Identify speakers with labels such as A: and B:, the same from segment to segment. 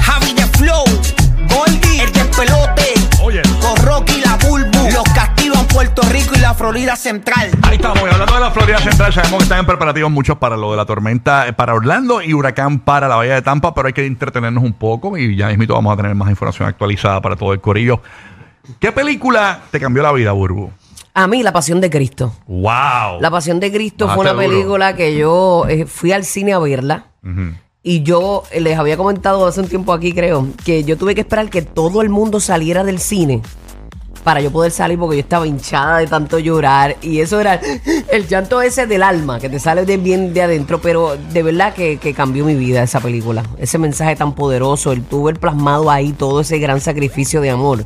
A: Javi de Flow, Goldie, el despelote.
B: Oye.
A: Con Rocky y la Bulbo. Los castigan Puerto Rico y la Florida Central.
B: Ahí estamos, y hablando de la Florida Central, sabemos que están en preparativos muchos para lo de la tormenta eh, para Orlando y huracán para la Bahía de Tampa, pero hay que entretenernos un poco y ya mismito vamos a tener más información actualizada para todo el corillo. ¿Qué película te cambió la vida, Burbu?
C: A mí, La Pasión de Cristo.
B: ¡Wow!
C: La Pasión de Cristo
B: Bajaste
C: fue una
B: duro.
C: película que yo eh, fui al cine a verla. Y yo eh, les había comentado hace un tiempo aquí, creo, que yo tuve que esperar que todo el mundo saliera del cine para yo poder salir porque yo estaba hinchada de tanto llorar. Y eso era el llanto ese del alma que te sale de bien de adentro. Pero de verdad que, que cambió mi vida esa película. Ese mensaje tan poderoso, el tuvo el plasmado ahí todo ese gran sacrificio de amor.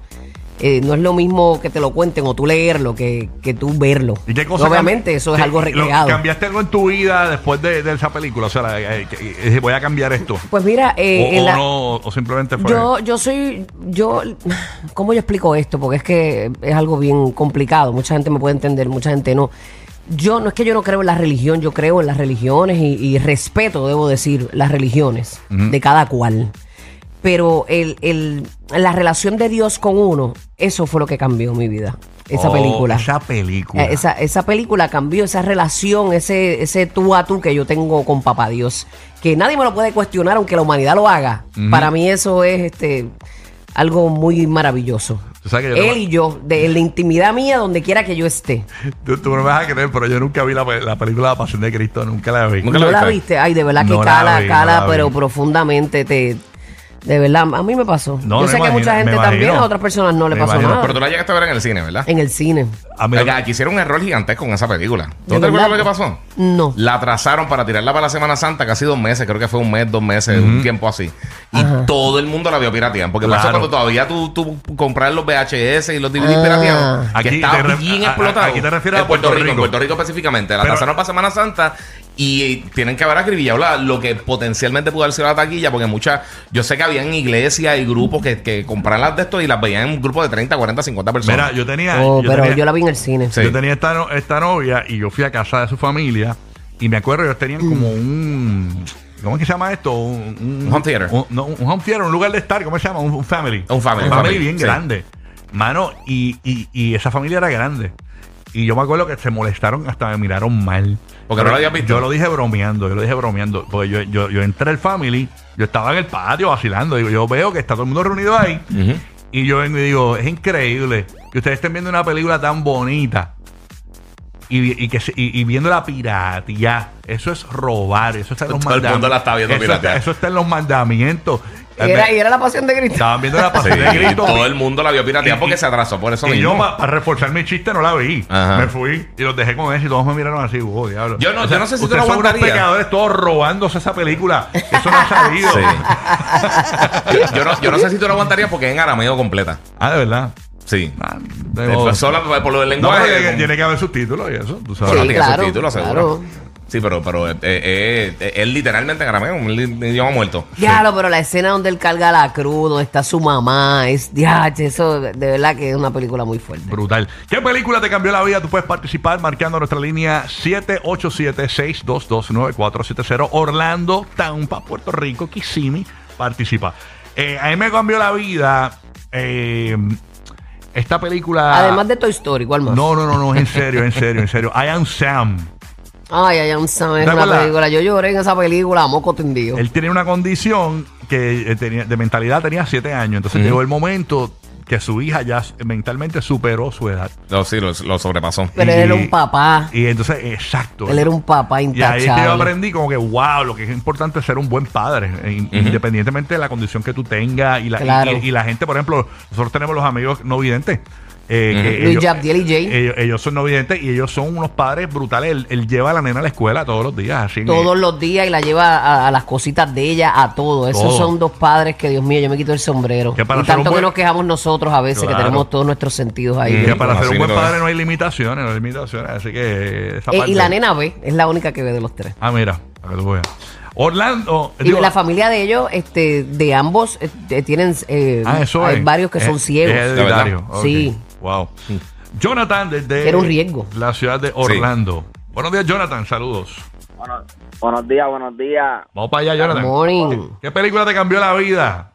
C: Eh, no es lo mismo que te lo cuenten o tú leerlo que, que tú verlo.
B: ¿Y qué cosa
C: Obviamente
B: cambi-
C: eso es
B: qué-
C: algo
B: lo-
C: recreado.
B: ¿Cambiaste algo en tu vida después de, de esa película? O sea, la- eh, que- eh, voy a cambiar esto.
C: Pues mira, eh,
B: o,
C: en
B: o
C: la-
B: no, o simplemente fue...
C: yo, yo soy, yo, ¿cómo yo explico esto? Porque es que es algo bien complicado. Mucha gente me puede entender, mucha gente no. Yo no es que yo no creo en la religión, yo creo en las religiones y, y respeto, debo decir, las religiones de cada cual. Pero el, el- la relación de Dios con uno, eso fue lo que cambió mi vida, esa
B: Oh,
C: película.
B: Esa película.
C: Eh, Esa, esa película cambió esa relación, ese, ese tú a tú que yo tengo con papá Dios. Que nadie me lo puede cuestionar, aunque la humanidad lo haga. Para mí eso es este algo muy maravilloso.
B: Tú sabes que yo te-
C: Él y yo, de en la intimidad mía, donde quiera que yo esté.
B: Tú, tú no me vas a creer, pero yo nunca vi la, pe- la película La Pasión de Cristo, nunca la vi.
C: ¿No la, viste? Ay, de verdad que
B: No la
C: cala,
B: vi, no
C: cala,
B: la vi.
C: pero profundamente te... De verdad, a mí me pasó.
B: No,
C: yo
B: me
C: sé que
B: imagino,
C: mucha gente
B: me
C: también,
B: imagino.
C: a otras personas no le
B: Me
C: pasó
B: imagino,
C: nada.
D: Pero tú la llegaste a ver en el cine, ¿verdad?
C: Ah. En el cine.
B: A mí-
D: Oiga, aquí hicieron un error gigantesco con esa película. ¿Tú
C: ¿De
D: no te
C: verdad?
D: acuerdas lo que pasó?
C: No.
D: La atrasaron para tirarla para la Semana Santa casi dos meses, creo que fue un mes, dos meses, un tiempo así. Y todo el mundo la vio pirateando. Porque pasó
B: Claro.
D: cuando todavía tú, tú compras los VHS y los DVD
C: Ah.
D: pirateados, que
B: Aquí
D: estaba
B: te re-
D: bien
B: a- a-
D: explotado.
B: aquí te refieres
D: en
B: a
D: Puerto,
B: Puerto
D: Rico. En
B: Rico.
D: Puerto Rico específicamente. La
B: Pero-
D: atrasaron para Semana Santa y eh, tienen que haber acribillado la- lo que potencialmente pudo haber sido la taquilla. Porque muchas, yo sé que habían iglesias y grupos que, que compraban las de esto y las veían en un grupo de 30, 40, 50 personas.
B: Mira, yo tenía...
C: Oh,
B: yo
C: pero
B: tenía-
C: yo la vi en el cine.
D: Sí.
B: Yo tenía esta, no- esta novia y yo fui a casa de su familia y me acuerdo ellos tenían como un... ¿Cómo es que se llama esto? Un,
D: Mm. Un home theater.
B: Un, no, un home theater, un lugar de estar, ¿cómo se llama? Un, un family.
D: Un family,
B: Un
D: un
B: family
D: family,
B: bien
D: sí.
B: grande. Mano, y, y, y esa familia era grande. Y yo me acuerdo que se molestaron, hasta me miraron mal.
D: Porque no lo habías visto.
B: Yo lo dije bromeando, yo lo dije bromeando. Porque yo, yo, yo entré al family, yo estaba en el patio vacilando. Digo, yo veo que está todo el mundo reunido ahí. Y yo vengo y digo, es increíble que ustedes estén viendo una película tan bonita y, y que se- y- y viendo la piratía. Eso es robar, eso está en los
D: Todo el
B: mandamientos.
D: mundo la está viendo
B: eso,
D: piratear.
B: está, eso está en los mandamientos.
C: Y era, y era la pasión de Cristo.
B: Estaban viendo la pasión
D: Sí,
B: de Cristo.
D: todo el mundo la vio piratear
B: Y-
D: porque
B: y-
D: se atrasó por eso
B: Y
D: mismo.
B: yo, para reforzar mi chiste, no la vi.
D: Ajá.
B: Me fui y los dejé con eso y todos me miraron así, wow, diablo.
D: Yo no- yo no sé si tú
B: ustedes
D: lo
B: son unos
D: aguantarías.
B: pecadores todos robándose esa película. Eso no ha salido.
D: Sí. yo, yo no, yo no sé si tú lo aguantarías porque es en arameo completa.
B: Ah, de verdad.
D: Sí.
B: Ah, tengo-
D: Después Solo por, por lo del
B: No,
D: lenguaje.
B: pero tiene,
D: como-
B: que- tiene que haber subtítulos y eso, tú sabes.
D: Bueno,
C: Sí,
D: tiene
C: claro,
D: subtítulos, seguro.
C: claro.
D: Sí, pero, pero eh, eh, eh, es literalmente en arameo, un li- idioma muerto.
C: Diablo, pero la escena donde él carga la cruz, donde está su mamá, es diache, eso de verdad que es una película muy fuerte.
B: Brutal. ¿Qué película te cambió la vida? Tú puedes participar marcando nuestra línea 787-622-9470. Orlando, Tampa, Puerto Rico, Kissimmee. Participa. Eh, a mí me cambió la vida eh, esta película.
C: Además de Toy Story, ¿cuál más?
B: No, no, no, no, en serio, en serio, en serio. I am Sam.
C: Ay, ay, ay, es
B: ¿Te
C: una
B: acuerdas?
C: película. Yo lloré en esa película, a moco tendido.
B: Él tiene una condición que eh, tenía, de mentalidad tenía siete años. Entonces llegó el momento que su hija ya mentalmente superó su edad.
D: No, sí, lo, lo sobrepasó.
C: Pero
B: Y-
C: él era un papá.
B: Y entonces, exacto.
C: Él era un papá
B: Y ahí es que yo
C: intachable.
B: aprendí como que, wow, lo que es importante es ser un buen padre, eh, in- independientemente de la condición que tú tengas. Y la, y-
C: Claro.
B: y, y la gente, por ejemplo, nosotros tenemos los amigos no videntes. eh, que
C: Luis Yabdiel y Jay.
B: ellos, ellos son no videntes y ellos son unos padres brutales. Él, él lleva a la nena a la escuela todos los días. Así en-
C: Todos los días y la lleva a, a las cositas de ella, a todo. Esos
B: Todo.
C: son dos padres que, Dios mío, yo me quito el sombrero.
B: Que para
C: y
B: ser un
C: tanto
B: buen-
C: que nos quejamos nosotros a veces,
B: Claro.
C: que tenemos todos nuestros sentidos ahí.
B: que
C: ¿verdad?
B: para ser
D: Así
B: un buen
D: lo es.
B: padre no hay limitaciones, no hay limitaciones. Así que eh, esa
C: Eh,
B: parte-
C: y la nena ve, es la única que ve de los tres.
B: Ah, mira, para que tú veas. Orlando.
C: Y
B: Eh, digo-
C: la familia de ellos, este, de ambos, eh, tienen eh,
B: Ah, eso
C: hay
B: es. eh,
C: varios que son
B: Es-
C: ciegos.
B: es
D: La verdad.
B: hereditario. Ok.
C: Sí.
B: Wow. Jonathan desde
C: Era un riesgo.
B: la ciudad de Orlando. Buenos días, Jonathan. Saludos.
E: Bueno, buenos días, buenos días.
B: Vamos para allá, Jonathan.
C: Morning.
B: ¿Qué película te cambió la vida?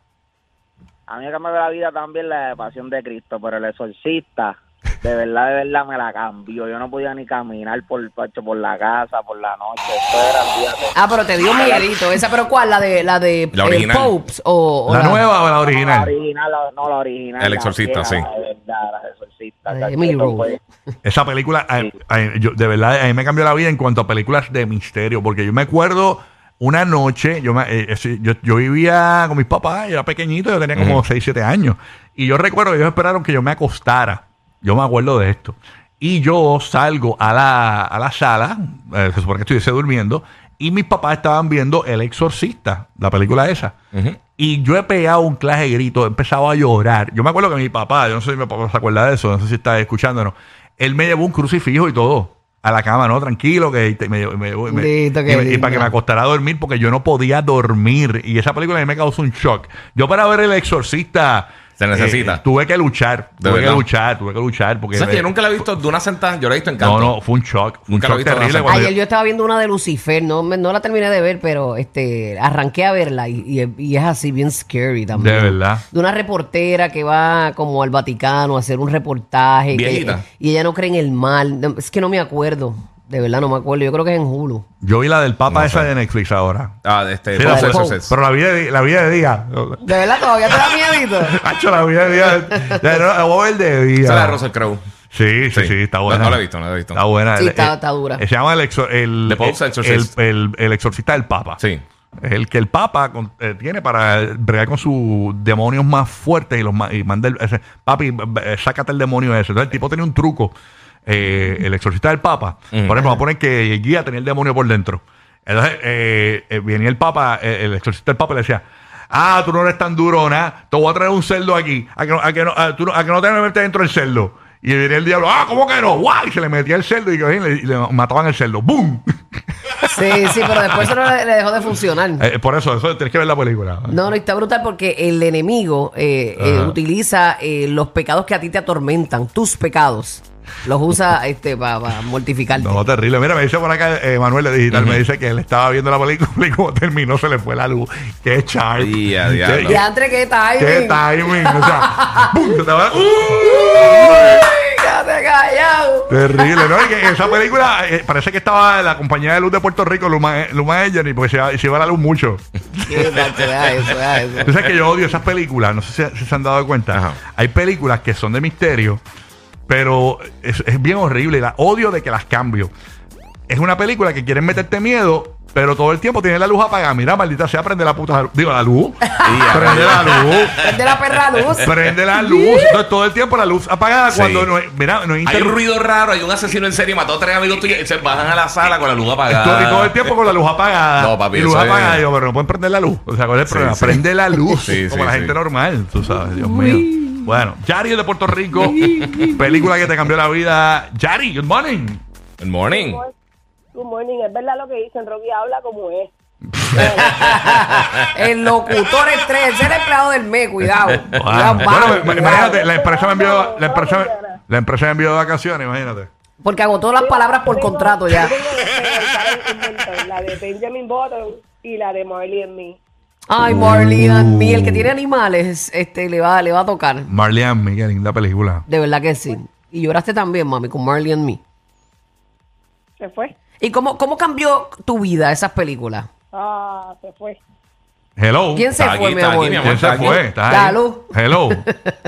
E: A mí me cambió la vida también la de Pasión de Cristo, pero el exorcista, de verdad, de verdad me la cambió. Yo no podía ni caminar por, por la casa, por la noche. Eso era, olvídate.
C: Ah, pero te dio miedito. Esa, pero ¿cuál? ¿La de la de
D: La
C: eh,
D: original.
C: Popes o, o
B: ¿La nueva o la original?
E: original, la- no la original.
D: El
E: la
D: exorcista,
E: vieja,
D: sí.
E: la De verdad, la de exorcista.
C: Ay,
E: chacho,
C: Emily
E: eso
C: Rose.
E: fue-
B: Esa película, ay, ay, yo- de verdad, a mí me cambió la vida en cuanto a películas de misterio, porque yo me acuerdo una noche, yo, me- eh, eh, sí, yo, yo vivía con mis papás, yo era pequeñito, yo tenía como 6, 7 años, y yo recuerdo que ellos esperaron que yo me acostara, yo me acuerdo de esto, y yo salgo a la, a la sala, eh, se supone que estuviese durmiendo, y mis papás estaban viendo El Exorcista, la película esa.
D: Ujú.
B: Y yo he pegado un clase de grito, he empezado a llorar. Yo me acuerdo que mi papá, yo no sé si mi papá se acuerda de eso, no sé si está escuchándonos. Él me llevó un crucifijo y todo a la cama, ¿no? Tranquilo, que te- me, me- me-
C: Bendito, qué
B: y me- y para
C: lindo.
B: que me acostara a dormir porque yo no podía dormir. Y esa película a mí me causó un shock. Yo para ver El Exorcista. eh,
D: Se necesita.
B: tuve que luchar,
D: De
B: tuve que
D: verdad.
B: luchar, tuve que luchar. Porque
D: ¿Sabes que yo nunca la he visto de una sentada? Yo la he visto en canto.
B: no, no, fue un shock. Fue un
D: Nunca lo
B: shock
D: he visto
B: terrible.
D: en la
B: cuando
C: Ayer yo estaba viendo una de Lucifer, no, me- no la terminé de ver, pero este arranqué a verla y, y es- y es así bien scary también.
B: De verdad.
C: De una reportera que va como al Vaticano a hacer un reportaje. que-
D: Viejita.
C: y ella no cree en el mal. No, Es que no me acuerdo. De verdad no me acuerdo. Yo creo que es en Hulu.
B: yo vi la del Papa
D: No
B: esa
D: sé.
B: de Netflix ahora.
D: Ah, de este.
B: Sí, la-
D: Pope
C: Pope.
D: Exorcist.
B: pero la vida de, la vida de día.
C: De verdad todavía te da miedito.
B: Hacho, la vida de día. La, no, la voy a ver de día.
D: Esa es la de Russell Crowe.
B: Sí, sí, sí, está
D: No,
B: buena.
D: no la he visto, no la he visto.
B: Está buena.
C: Sí,
B: El-
C: está-
B: el-
C: está dura.
B: Se llama el, exor- el,
D: The Pope's
B: el-
D: Exorcist.
B: El, el- el exorcista del Papa.
D: Sí.
B: El que el Papa con- eh, tiene para bregar con sus demonios más fuertes y los ma- y manda el, ese, papi, b- b- eh, sácate el demonio ese. Entonces el tipo tenía un truco, eh, el exorcista del Papa. Por ejemplo, va a poner que el guía tenía el demonio por dentro. Entonces eh, eh, venía el Papa, eh, el exorcista del Papa y le decía, ah, tú no eres tan durona, te voy a traer un cerdo aquí, a que no, a que no, a, tú no- a que no te metas dentro del cerdo. Y venía el diablo, ah, ¿cómo que no? ¡Guau! Y se le metía el cerdo y, cogían y le, y le mataban el cerdo. ¡Bum!
C: Sí, sí, pero después eso no le, le dejó de funcionar.
B: Eh, por eso, eso tienes que ver la película.
C: No, no, y está brutal porque el enemigo eh, eh, utiliza eh, los pecados que a ti te atormentan, tus pecados. Los usa este para mortificarte.
B: No, terrible. Mira, me dice por acá eh, Manuel de Digital, me dice que él estaba viendo la película y como terminó se le fue la luz. Qué sharp.
D: Y a
B: Qué-
D: diablo.
C: Y antes que está
B: Qué timing. O sea, ¡pum! se te va-
C: callado.
B: Terrible, ¿no? Y que esa película eh, parece que estaba la compañía de luz de Puerto Rico, Luma, eh, Luma Energy, porque se, iba- se iba la luz mucho.
C: Sí, macho, deja eso, deja eso.
B: Tú sabes que yo odio esas películas, no sé si, si se han dado cuenta.
D: Ajá.
B: Hay películas que son de misterio, pero es, es bien horrible. La odio de que las cambio. Es una película que quieren meterte miedo, pero todo el tiempo tiene la luz apagada. Mira, maldita sea, prende la puta luz. Digo, la luz. prende la luz.
C: Prende la perra luz.
B: Prende la luz. Entonces, todo el tiempo la luz apagada
D: Sí.
B: cuando no hay, mira, no hay
D: Hay
B: interru-
D: un ruido raro, hay un asesino en serie, mató a tres amigos tuyos y se bajan a la sala con la luz
B: Todo, y
D: apagada.
B: todo el tiempo con la luz apagada.
D: No, papi,
B: Y luz
D: eso es-
B: apagada. Y Yo, pero no pueden prender la luz. O sea, ¿cuál es el
D: Sí,
B: problema?
D: sí.
B: Prende la luz.
D: Sí,
B: como
D: sí,
B: la
D: sí.
B: gente normal, tú sabes. Dios mío. Bueno, Yari de Puerto Rico. película que te cambió la vida. Yari, good morning.
D: Good morning.
F: Good morning, es verdad lo que dicen, Rocky habla como es.
C: El locutor estrella, el ser empleado del mes, cuidado.
B: Ah, bueno,
C: Cuidado, vale,
B: me-
C: cuidado.
B: imagínate, la empresa me envió, la empresa,
F: Vamos,
B: la empresa me envió de vacaciones, imagínate.
C: Porque agotó las palabras por
F: Tengo-
C: contrato ya.
F: tengo que inventar La de Benjamin Button y la de Marley and Me.
C: Ay, Marlene and me, el que tiene animales, este, le va, le va a tocar.
B: Marley and Me, qué linda película.
C: De verdad que sí. Y lloraste también, mami, con Marley and Me.
F: Se fue.
C: ¿Y cómo, cómo cambió tu vida esas películas?
F: Ah, se fue.
B: Hello.
C: ¿Quién se
D: Está
C: fue,
D: aquí,
C: mi
D: está aquí,
C: amor?
D: mi amor.
B: ¿Quién se
D: Está aquí.
B: fue? ¿Estás ahí?
C: Salud.
B: Hello.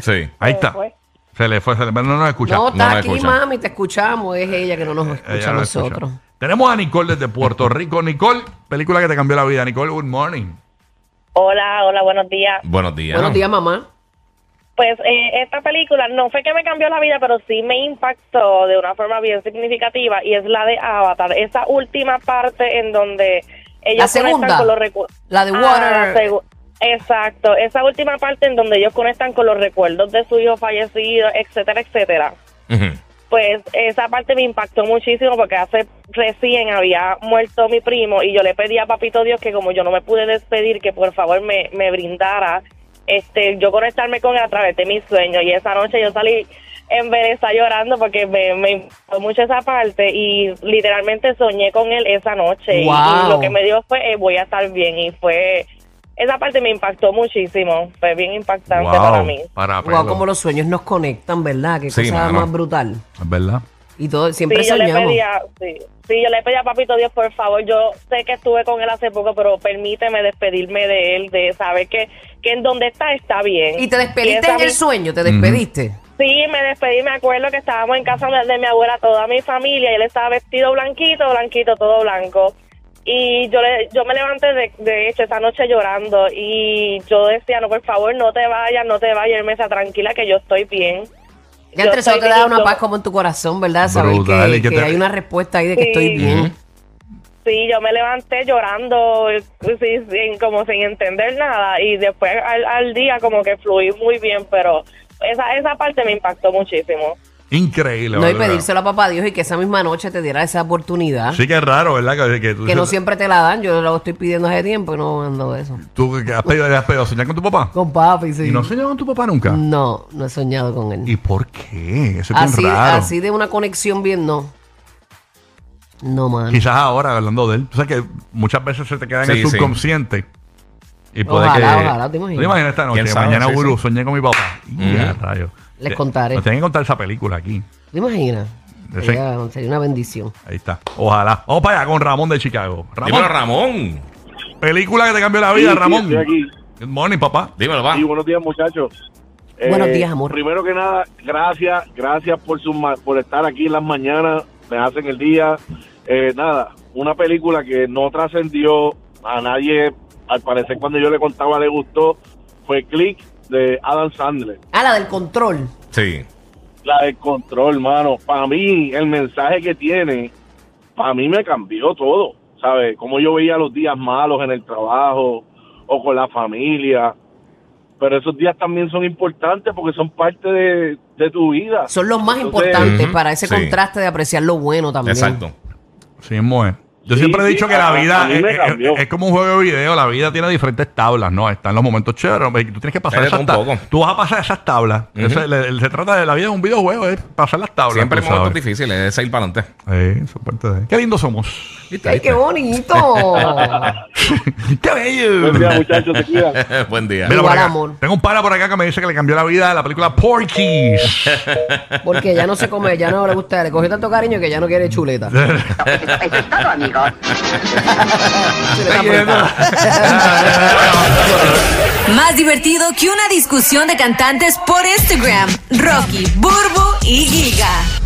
D: Sí.
B: Ahí está.
F: fue.
B: Se le fue, se le fue. No nos escucha. Eh,
C: No,
D: no
C: está
D: la
C: aquí,
D: escucha.
C: mami, te escuchamos. Es ella que no nos
B: Ella
C: escucha a
B: no
C: nosotros.
B: escucha. Tenemos a Nicole desde Puerto Rico. Nicole, película que te cambió la vida. Nicole, good morning.
G: Hola, hola, buenos días.
D: Buenos días.
C: Buenos días, mamá.
G: Pues eh, esta película no fue que me cambió la vida, pero sí me impactó de una forma bien significativa y es la de Avatar, esa última parte en donde ellos
C: La segunda,
G: conectan con los recuerdos.
C: la de Water.
G: Ah, Exacto, esa última parte en donde ellos conectan con los recuerdos de su hijo fallecido, etcétera, etcétera.
D: Ujú.
G: Pues esa parte me impactó muchísimo porque hace recién había muerto mi primo y yo le pedí a Papito Dios que como yo no me pude despedir, que por favor me, me brindara este yo conectarme con él a través de mis sueños. Y esa noche yo salí embelesa llorando porque me, me impactó mucho esa parte y literalmente soñé con él esa noche. Y- Y,
C: Wow.
G: lo que me dio fue eh, voy a estar bien y fue... Esa parte me impactó muchísimo, fue bien impactante para mí.
B: Para
C: Wow,
B: pelo.
C: como los sueños nos conectan, ¿verdad? Qué
D: Sí,
C: cosa
D: mano.
C: más brutal.
B: Es verdad.
C: Y todo, siempre
G: sí, Yo le
C: soñamos.
G: pedí a, sí, sí, yo le pedí a Papito Dios, por favor, yo sé que estuve con él hace poco, pero permíteme despedirme de él, de saber que, que en donde está está bien.
C: Y te despediste
G: esa
C: en el
G: mi-
C: sueño, te despediste.
G: Sí, me despedí, me acuerdo que estábamos en casa de, de mi abuela, toda mi familia, y él estaba vestido blanquito, blanquito, todo blanco. Y yo, le, yo me levanté, de, de hecho, esa noche llorando, y yo decía, no, por favor, no te vayas, no te vayas, y él me decía, tranquila, que yo estoy bien.
C: Ya
G: Yo
C: entre eso
G: estoy
C: te da
G: bien,
C: una
G: yo-
C: paz como en tu corazón, ¿verdad? Saber
B: Brutal, y
C: que,
B: que
C: que
B: te-
C: hay una respuesta ahí de que
G: Sí.
C: estoy bien.
G: Sí, yo me levanté llorando, eh, sin, sin- como sin entender nada, y después al, al día como que fluí muy bien, pero esa, esa parte me impactó muchísimo.
B: Increíble.
C: No, y
B: ¿verdad?
C: pedírselo a papá Dios y que esa misma noche te diera esa oportunidad.
B: Sí que es raro, ¿verdad? Que, que tú,
C: Que no siempre te la dan, yo lo estoy pidiendo hace tiempo y no ando de eso.
B: tú que has pedido, has pedido soñar con tu papá.
C: Con papi, sí.
B: Y no soñas con tu papá nunca.
C: No, no he soñado con él.
B: ¿Y por qué? Eso es
C: así,
B: bien raro.
C: así de una conexión bien, no. No, man.
B: Quizás ahora, hablando de él. Tú sabes que muchas veces se te queda en
D: Sí,
B: el
D: sí.
B: subconsciente. Y puede
C: Ojalá,
B: que.
C: ojalá, ¿te imaginas?
B: ¿Te imaginas esta noche?
D: ¿Quién sabe?
B: Mañana,
D: Sí,
B: Guru,
D: sí.
B: soñé con mi papá. Ya,
D: Ujú.
B: rayos.
C: Les
B: Ya,
C: contaré.
B: Nos tienen que contar esa película aquí.
C: ¿Te imaginas?
B: Sí.
C: Sería, sería una bendición.
B: Ahí está. Ojalá. Vamos para allá con Ramón de Chicago. Ramón,
D: Dímelo, Ramón.
B: película que te cambió la vida,
H: Sí, sí,
B: Ramón.
H: estoy aquí.
B: Good morning, papá.
D: Dímelo, va.
H: Sí, buenos días, muchachos.
C: Buenos días, amor.
H: Pues Primero que nada, gracias, gracias por su ma- por estar aquí en las mañanas, me hacen el día. Eh, nada, una película que no trascendió a nadie, al parecer cuando yo le contaba le gustó, fue Click de Adam Sandler.
C: Ah, la del control.
D: Sí.
H: La del control, mano. Para mí, el mensaje que tiene, para mí me cambió todo. ¿Sabes? Como yo veía los días malos en el trabajo o con la familia. Pero esos días también son importantes porque son parte de, de tu vida.
C: Son los más
H: Entonces,
C: importantes
D: Ujú,
C: para ese
D: sí.
C: contraste de apreciar lo bueno también.
D: Exacto.
B: Sí, mismo es. Yo
H: Sí,
B: siempre he
H: sí,
B: dicho que
H: a-
B: la
H: a
B: vida
H: mí
B: es,
H: me
B: es-
H: cambió.
B: es como un juego de video, la vida tiene diferentes tablas, ¿no? Están los momentos chéveres, y tú tienes que pasar
D: Cállate
B: esas
D: un
B: tablas.
D: poco.
B: Tú vas a pasar esas tablas.
D: Ujú.
B: Eso es- le- se trata de la vida de un videojuego, es pasar las tablas.
D: Siempre
B: tú
D: hay momentos
B: sabes.
D: difíciles, es ir para adelante.
B: Sí, eso es parte de- Qué lindos somos.
D: ¿Viste?
C: ¡Ay, qué bonito!
B: Qué bello.
H: Buen día, muchachos, te cuidan.
D: Buen día.
B: Mira por
C: Igual
B: acá.
C: amor.
B: Tengo un pana por acá que me dice que le cambió la vida a la película Porky's.
C: Porque ya no se come, ya no le gusta, le cogió tanto cariño que ya no quiere chuleta.
A: Eso es todo, amigos.
C: Chuleta apretada.
I: Más divertido que una discusión de cantantes por Instagram. Rocky, Burbu y Giga.